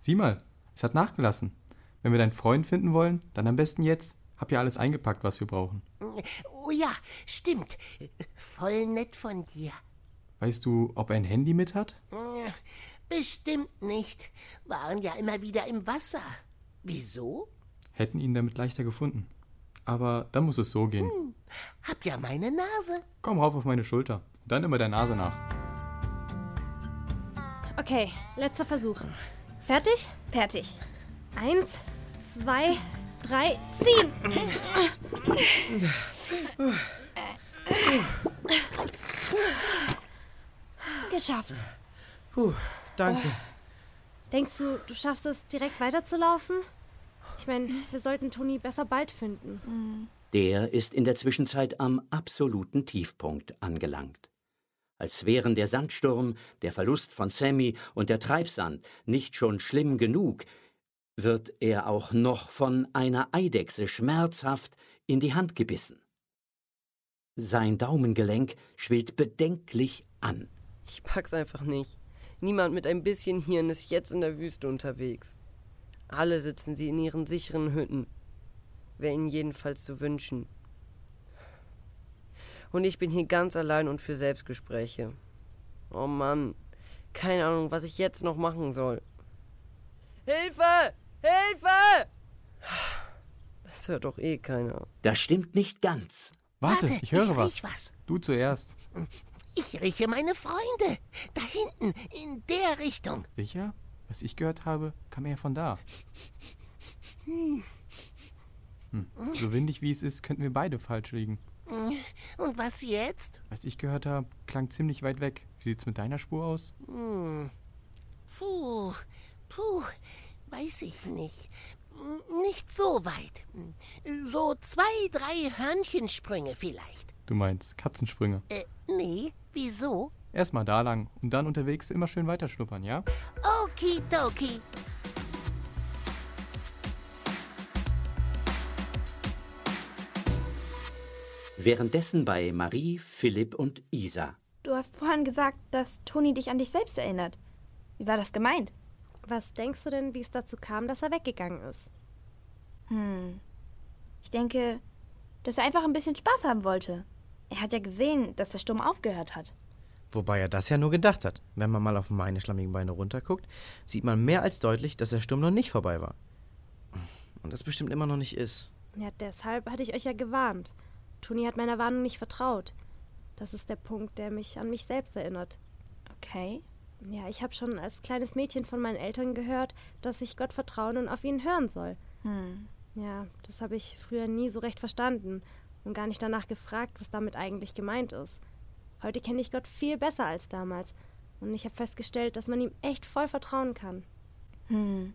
[SPEAKER 14] Sieh mal, es hat nachgelassen. Wenn wir deinen Freund finden wollen, dann am besten jetzt. Hab ja alles eingepackt, was wir brauchen.
[SPEAKER 1] Oh ja, stimmt. Voll nett von dir.
[SPEAKER 14] Weißt du, ob er ein Handy mit hat?
[SPEAKER 1] Bestimmt nicht. Waren ja immer wieder im Wasser. Wieso?
[SPEAKER 14] Hätten ihn damit leichter gefunden. Aber dann muss es so gehen.
[SPEAKER 1] Hab ja meine Nase.
[SPEAKER 14] Komm rauf auf meine Schulter. Dann immer der Nase nach.
[SPEAKER 13] Okay, letzter Versuch. Fertig?
[SPEAKER 8] Fertig.
[SPEAKER 13] Eins, zwei, drei, ziehen!
[SPEAKER 8] Geschafft.
[SPEAKER 3] Puh, danke.
[SPEAKER 13] Denkst du, du schaffst es, direkt weiterzulaufen? Ich meine, wir sollten Toni besser bald finden.
[SPEAKER 8] Mhm.
[SPEAKER 5] Der ist in der Zwischenzeit am absoluten Tiefpunkt angelangt. Als wären der Sandsturm, der Verlust von Sammy und der Treibsand nicht schon schlimm genug, wird er auch noch von einer Eidechse schmerzhaft in die Hand gebissen. Sein Daumengelenk schwillt bedenklich an.
[SPEAKER 2] Ich pack's einfach nicht. Niemand mit ein bisschen Hirn ist jetzt in der Wüste unterwegs. Alle sitzen sie in ihren sicheren Hütten. Wäre ihnen jedenfalls zu wünschen. Und ich bin hier ganz allein und für Selbstgespräche. Oh Mann, keine Ahnung, was ich jetzt noch machen soll. Hilfe! Hilfe! Das hört doch eh keiner.
[SPEAKER 5] Das stimmt nicht ganz.
[SPEAKER 14] Warte,
[SPEAKER 1] Warte,
[SPEAKER 14] ich höre
[SPEAKER 1] ich
[SPEAKER 14] was.
[SPEAKER 1] riech was.
[SPEAKER 14] Du zuerst.
[SPEAKER 1] Ich rieche meine Freunde. Da hinten, in der Richtung.
[SPEAKER 14] Sicher? Was ich gehört habe, kam eher von da.
[SPEAKER 1] Hm.
[SPEAKER 14] Hm. So windig wie es ist, könnten wir beide falsch liegen.
[SPEAKER 1] Und was jetzt?
[SPEAKER 14] Was ich gehört habe, klang ziemlich weit weg. Wie sieht's mit deiner Spur aus?
[SPEAKER 1] Hm. Puh, puh, weiß ich nicht. N- Nicht so weit. Hm, So zwei, drei Hörnchensprünge vielleicht.
[SPEAKER 14] Du meinst Katzensprünge.
[SPEAKER 1] Äh, nee, wieso?
[SPEAKER 14] Erstmal da lang und dann unterwegs immer schön weiterschnuppern, ja?
[SPEAKER 1] Okidoki.
[SPEAKER 5] Währenddessen bei Marie, Philipp und Isa.
[SPEAKER 8] Du hast vorhin gesagt, dass Toni dich an dich selbst erinnert. Wie war das gemeint?
[SPEAKER 13] Was denkst du denn, wie es dazu kam, dass er weggegangen ist?
[SPEAKER 8] Hm. Ich denke, dass er einfach ein bisschen Spaß haben wollte. Er hat ja gesehen, dass der Sturm aufgehört hat.
[SPEAKER 3] Wobei er das ja nur gedacht hat. Wenn man mal auf meine schlammigen Beine runterguckt, sieht man mehr als deutlich, dass der Sturm noch nicht vorbei war. Und das bestimmt immer noch nicht ist.
[SPEAKER 13] Ja, deshalb hatte ich euch ja gewarnt. Toni hat meiner Warnung nicht vertraut. Das ist der Punkt, der mich an mich selbst erinnert.
[SPEAKER 8] Okay.
[SPEAKER 13] Ja, ich habe schon als kleines Mädchen von meinen Eltern gehört, dass ich Gott vertrauen und auf ihn hören soll.
[SPEAKER 8] Hm.
[SPEAKER 13] Ja, das habe ich früher nie so recht verstanden und gar nicht danach gefragt, was damit eigentlich gemeint ist. Heute kenne ich Gott viel besser als damals und ich habe festgestellt, dass man ihm echt voll vertrauen kann.
[SPEAKER 8] Hm.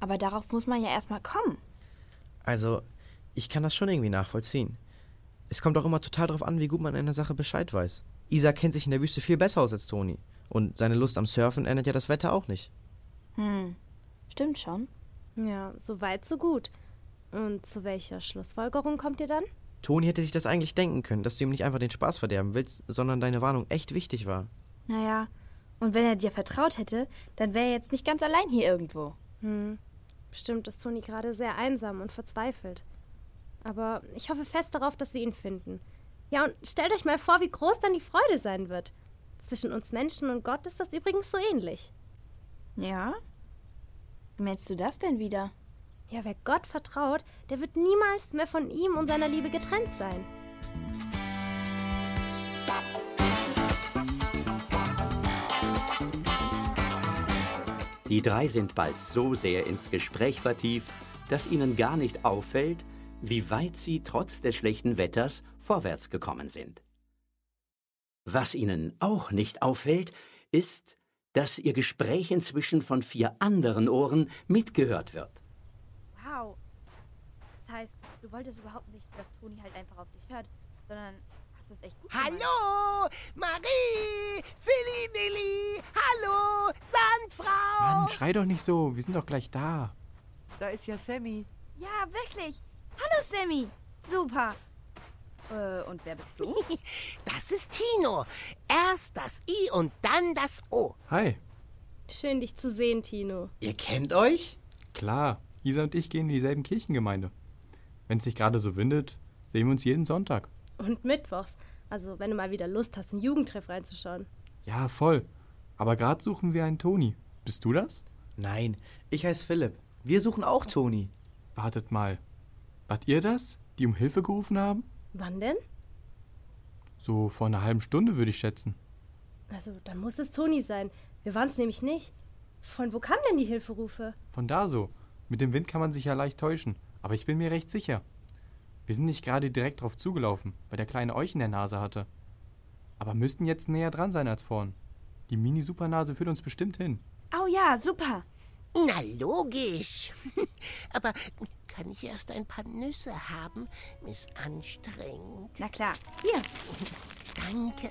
[SPEAKER 8] Aber darauf muss man ja erstmal kommen.
[SPEAKER 3] Also, ich kann das schon irgendwie nachvollziehen. Es kommt auch immer total drauf an, wie gut man in der Sache Bescheid weiß. Isa kennt sich in der Wüste viel besser aus als Toni. Und seine Lust am Surfen ändert ja das Wetter auch nicht.
[SPEAKER 8] Hm. Stimmt schon.
[SPEAKER 13] Ja, so weit, so gut. Und zu welcher Schlussfolgerung kommt ihr dann?
[SPEAKER 3] Toni hätte sich das eigentlich denken können, dass du ihm nicht einfach den Spaß verderben willst, sondern deine Warnung echt wichtig war.
[SPEAKER 8] Naja, und wenn er dir vertraut hätte, dann wäre er jetzt nicht ganz allein hier irgendwo.
[SPEAKER 13] Hm. Bestimmt ist Toni gerade sehr einsam und verzweifelt. Aber ich hoffe fest darauf, dass wir ihn finden. Ja, und stellt euch mal vor, wie groß dann die Freude sein wird. Zwischen uns Menschen und Gott ist das übrigens so ähnlich.
[SPEAKER 8] Ja? Wie meinst du das denn wieder?
[SPEAKER 13] Ja, wer Gott vertraut, der wird niemals mehr von ihm und seiner Liebe getrennt sein.
[SPEAKER 5] Die drei sind bald so sehr ins Gespräch vertieft, dass ihnen gar nicht auffällt, wie weit sie trotz des schlechten Wetters vorwärts gekommen sind. Was ihnen auch nicht auffällt, ist, dass ihr Gespräch inzwischen von vier anderen Ohren mitgehört wird.
[SPEAKER 8] Wow. Das heißt, du wolltest überhaupt nicht, dass Toni halt einfach auf dich hört, sondern hast es echt gut
[SPEAKER 1] Hallo, Marie, Philly Nilly, hallo, Sandfrau.
[SPEAKER 14] Mann, schrei doch nicht so, wir sind doch gleich da.
[SPEAKER 9] Da ist ja Sammy.
[SPEAKER 8] Ja, wirklich. Hallo, Sammy. Super. Äh, und wer bist du?
[SPEAKER 1] Das ist Tino. Erst das I und dann das O.
[SPEAKER 14] Hi,
[SPEAKER 13] Schön, dich zu sehen, Tino.
[SPEAKER 3] Ihr kennt euch?
[SPEAKER 14] klar, Isa und ich gehen in dieselben Kirchengemeinde. Wenn es nicht gerade so windet, sehen wir uns jeden Sonntag.
[SPEAKER 13] Und mittwochs. Also, wenn du mal wieder Lust hast, im Jugendtreff reinzuschauen.
[SPEAKER 14] Ja, voll. Aber gerade suchen wir einen Toni. Bist du das?
[SPEAKER 3] Nein, ich heiße Philipp. Wir suchen auch Toni.
[SPEAKER 14] Wartet mal. Wart ihr das, die um Hilfe gerufen haben?
[SPEAKER 13] Wann denn?
[SPEAKER 14] So vor einer halben Stunde würde ich schätzen.
[SPEAKER 13] Also, dann muss es Toni sein. Wir waren es nämlich nicht. Von wo kamen denn die Hilferufe?
[SPEAKER 14] Von da so. Mit dem Wind kann man sich ja leicht täuschen, aber ich bin mir recht sicher. Wir sind nicht gerade direkt drauf zugelaufen, weil der Kleine euch in der Nase hatte. Aber müssten jetzt näher dran sein als vorn. Die Mini-Supernase führt uns bestimmt hin.
[SPEAKER 8] Oh ja, super.
[SPEAKER 1] Na logisch. Aber kann ich erst ein paar Nüsse haben? Miss anstrengend.
[SPEAKER 8] Na klar. Hier.
[SPEAKER 1] Danke.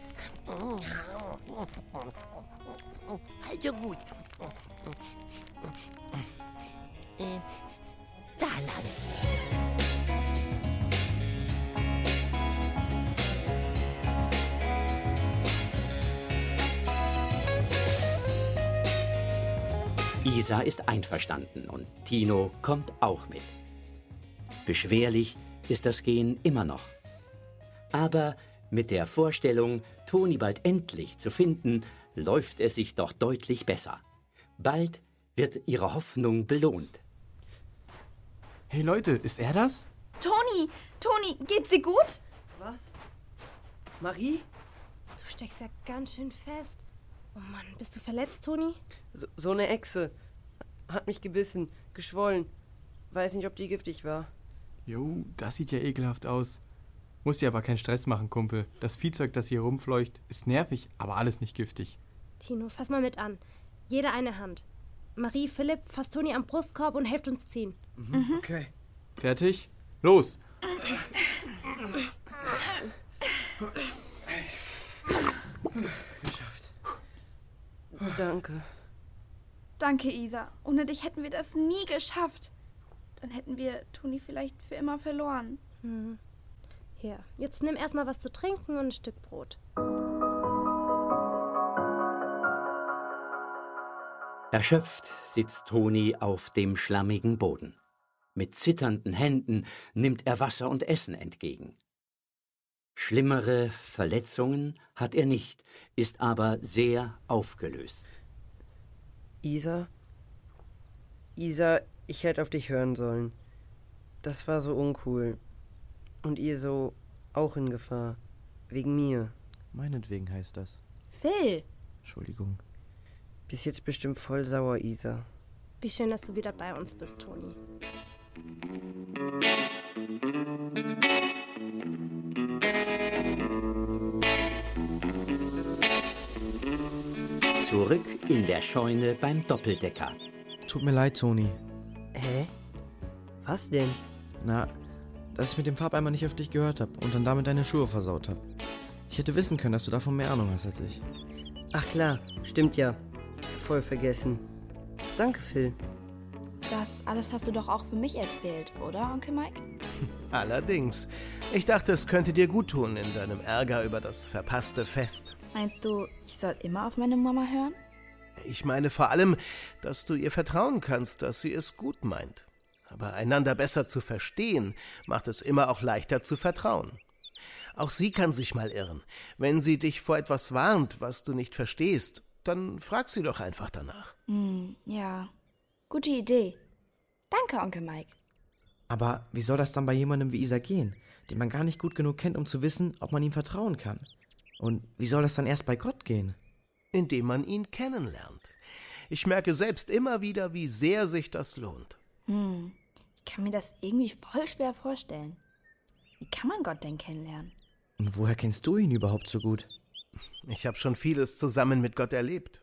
[SPEAKER 1] Also gut. Äh, Da lang.
[SPEAKER 5] Isa ist einverstanden und Tino kommt auch mit. Beschwerlich ist das Gehen immer noch. Aber mit der Vorstellung, Toni bald endlich zu finden, läuft es sich doch deutlich besser. Bald wird ihre Hoffnung belohnt.
[SPEAKER 14] Hey Leute, ist er das?
[SPEAKER 8] Toni, Toni, geht's dir gut?
[SPEAKER 2] Was? Marie?
[SPEAKER 13] Du steckst ja ganz schön fest. Oh Mann, bist du verletzt, Toni?
[SPEAKER 2] So, so eine Echse. Hat mich gebissen, geschwollen. Weiß nicht, ob die giftig war.
[SPEAKER 14] Jo, das sieht ja ekelhaft aus. Muss dir aber keinen Stress machen, Kumpel. Das Viehzeug, das hier rumfleucht, ist nervig, aber alles nicht giftig.
[SPEAKER 13] Tino, fass mal mit an. Jeder eine Hand. Marie, Philipp, fasst Toni am Brustkorb und helft uns ziehen.
[SPEAKER 3] Okay.
[SPEAKER 14] Fertig? Los!
[SPEAKER 2] Danke.
[SPEAKER 8] Danke, Isa. Ohne dich hätten wir das nie geschafft. Dann hätten wir Toni vielleicht für immer verloren.
[SPEAKER 13] Mhm. Hier, jetzt nimm erstmal was zu trinken und ein Stück Brot.
[SPEAKER 5] Erschöpft sitzt Toni auf dem schlammigen Boden. Mit zitternden Händen nimmt er Wasser und Essen entgegen. Schlimmere Verletzungen hat er nicht, ist aber sehr aufgelöst.
[SPEAKER 2] Isa? Isa, ich hätte auf dich hören sollen. Das war so uncool. Und ihr so auch in Gefahr. Wegen mir.
[SPEAKER 3] Meinetwegen halt. heißt das.
[SPEAKER 8] Phil,
[SPEAKER 3] Entschuldigung.
[SPEAKER 2] Bis jetzt bestimmt voll sauer, Isa.
[SPEAKER 13] Wie schön, dass du wieder bei uns bist, Toni.
[SPEAKER 5] Zurück in der Scheune beim Doppeldecker.
[SPEAKER 3] Tut mir leid, Toni.
[SPEAKER 2] Hä? Was denn?
[SPEAKER 3] Na, dass ich mit dem Farbeimer nicht auf dich gehört habe und dann damit deine Schuhe versaut habe. Ich hätte wissen können, dass du davon mehr Ahnung hast als ich.
[SPEAKER 2] Ach klar, stimmt ja. Voll vergessen. Danke, Phil.
[SPEAKER 8] das alles hast du doch auch für mich erzählt, oder, Onkel Mike?
[SPEAKER 7] Allerdings. Ich dachte, es könnte dir gut tun in deinem Ärger über das verpasste Fest.
[SPEAKER 8] Meinst du, ich soll immer auf meine Mama hören?
[SPEAKER 7] Ich meine vor allem, dass du ihr vertrauen kannst, dass sie es gut meint. Aber einander besser zu verstehen, macht es immer auch leichter zu vertrauen. Auch sie kann sich mal irren. Wenn sie dich vor etwas warnt, was du nicht verstehst, dann frag sie doch einfach danach.
[SPEAKER 8] Hm, ja. Gute Idee. Danke, Onkel Mike.
[SPEAKER 3] Aber wie soll das dann bei jemandem wie Isa gehen, den man gar nicht gut genug kennt, um zu wissen, ob man ihm vertrauen kann? Und wie soll das dann erst bei Gott gehen?
[SPEAKER 7] Indem man ihn kennenlernt. Ich merke selbst immer wieder, wie sehr sich das lohnt.
[SPEAKER 8] Hm, ich kann mir das irgendwie voll schwer vorstellen. Wie kann man Gott denn kennenlernen?
[SPEAKER 3] Und woher kennst du ihn überhaupt so gut?
[SPEAKER 7] Ich habe schon vieles zusammen mit Gott erlebt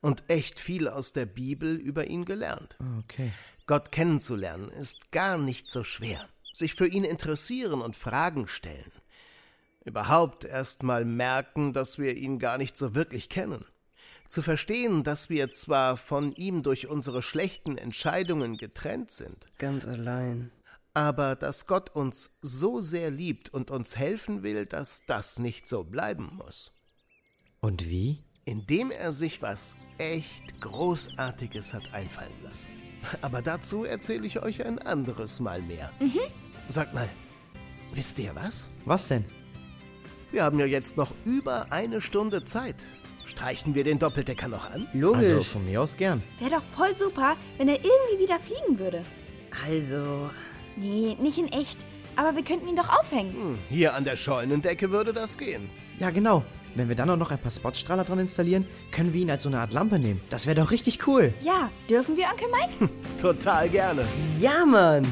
[SPEAKER 7] und echt viel aus der Bibel über ihn gelernt.
[SPEAKER 3] Okay.
[SPEAKER 7] Gott kennenzulernen ist gar nicht so schwer. Sich für ihn interessieren und Fragen stellen. Überhaupt erst mal merken, dass wir ihn gar nicht so wirklich kennen. Zu verstehen, dass wir zwar von ihm durch unsere schlechten Entscheidungen getrennt sind,
[SPEAKER 2] Ganz allein.
[SPEAKER 7] aber dass Gott uns so sehr liebt und uns helfen will, dass das nicht so bleiben muss.
[SPEAKER 3] Und wie?
[SPEAKER 7] Indem er sich was echt Großartiges hat einfallen lassen. Aber dazu erzähle ich euch ein anderes Mal mehr. Sagt mal, wisst ihr was?
[SPEAKER 3] Was denn?
[SPEAKER 7] Wir haben ja jetzt noch über eine Stunde Zeit. Streichen wir den Doppeldecker noch an?
[SPEAKER 3] Also von mir aus gern.
[SPEAKER 8] Wäre doch voll super, wenn er irgendwie wieder fliegen würde.
[SPEAKER 2] Also.
[SPEAKER 8] Nee, nicht in echt. Aber wir könnten ihn doch aufhängen.
[SPEAKER 3] Hm.
[SPEAKER 7] Hm, Hier an der Scheunendecke würde das gehen.
[SPEAKER 3] Ja, genau. Wenn wir dann auch noch ein paar Spotstrahler dran installieren, können wir ihn als so eine Art Lampe nehmen. Das wäre doch richtig cool.
[SPEAKER 8] Ja, dürfen wir, Onkel Mike?
[SPEAKER 7] Total gerne.
[SPEAKER 2] Ja, Mann!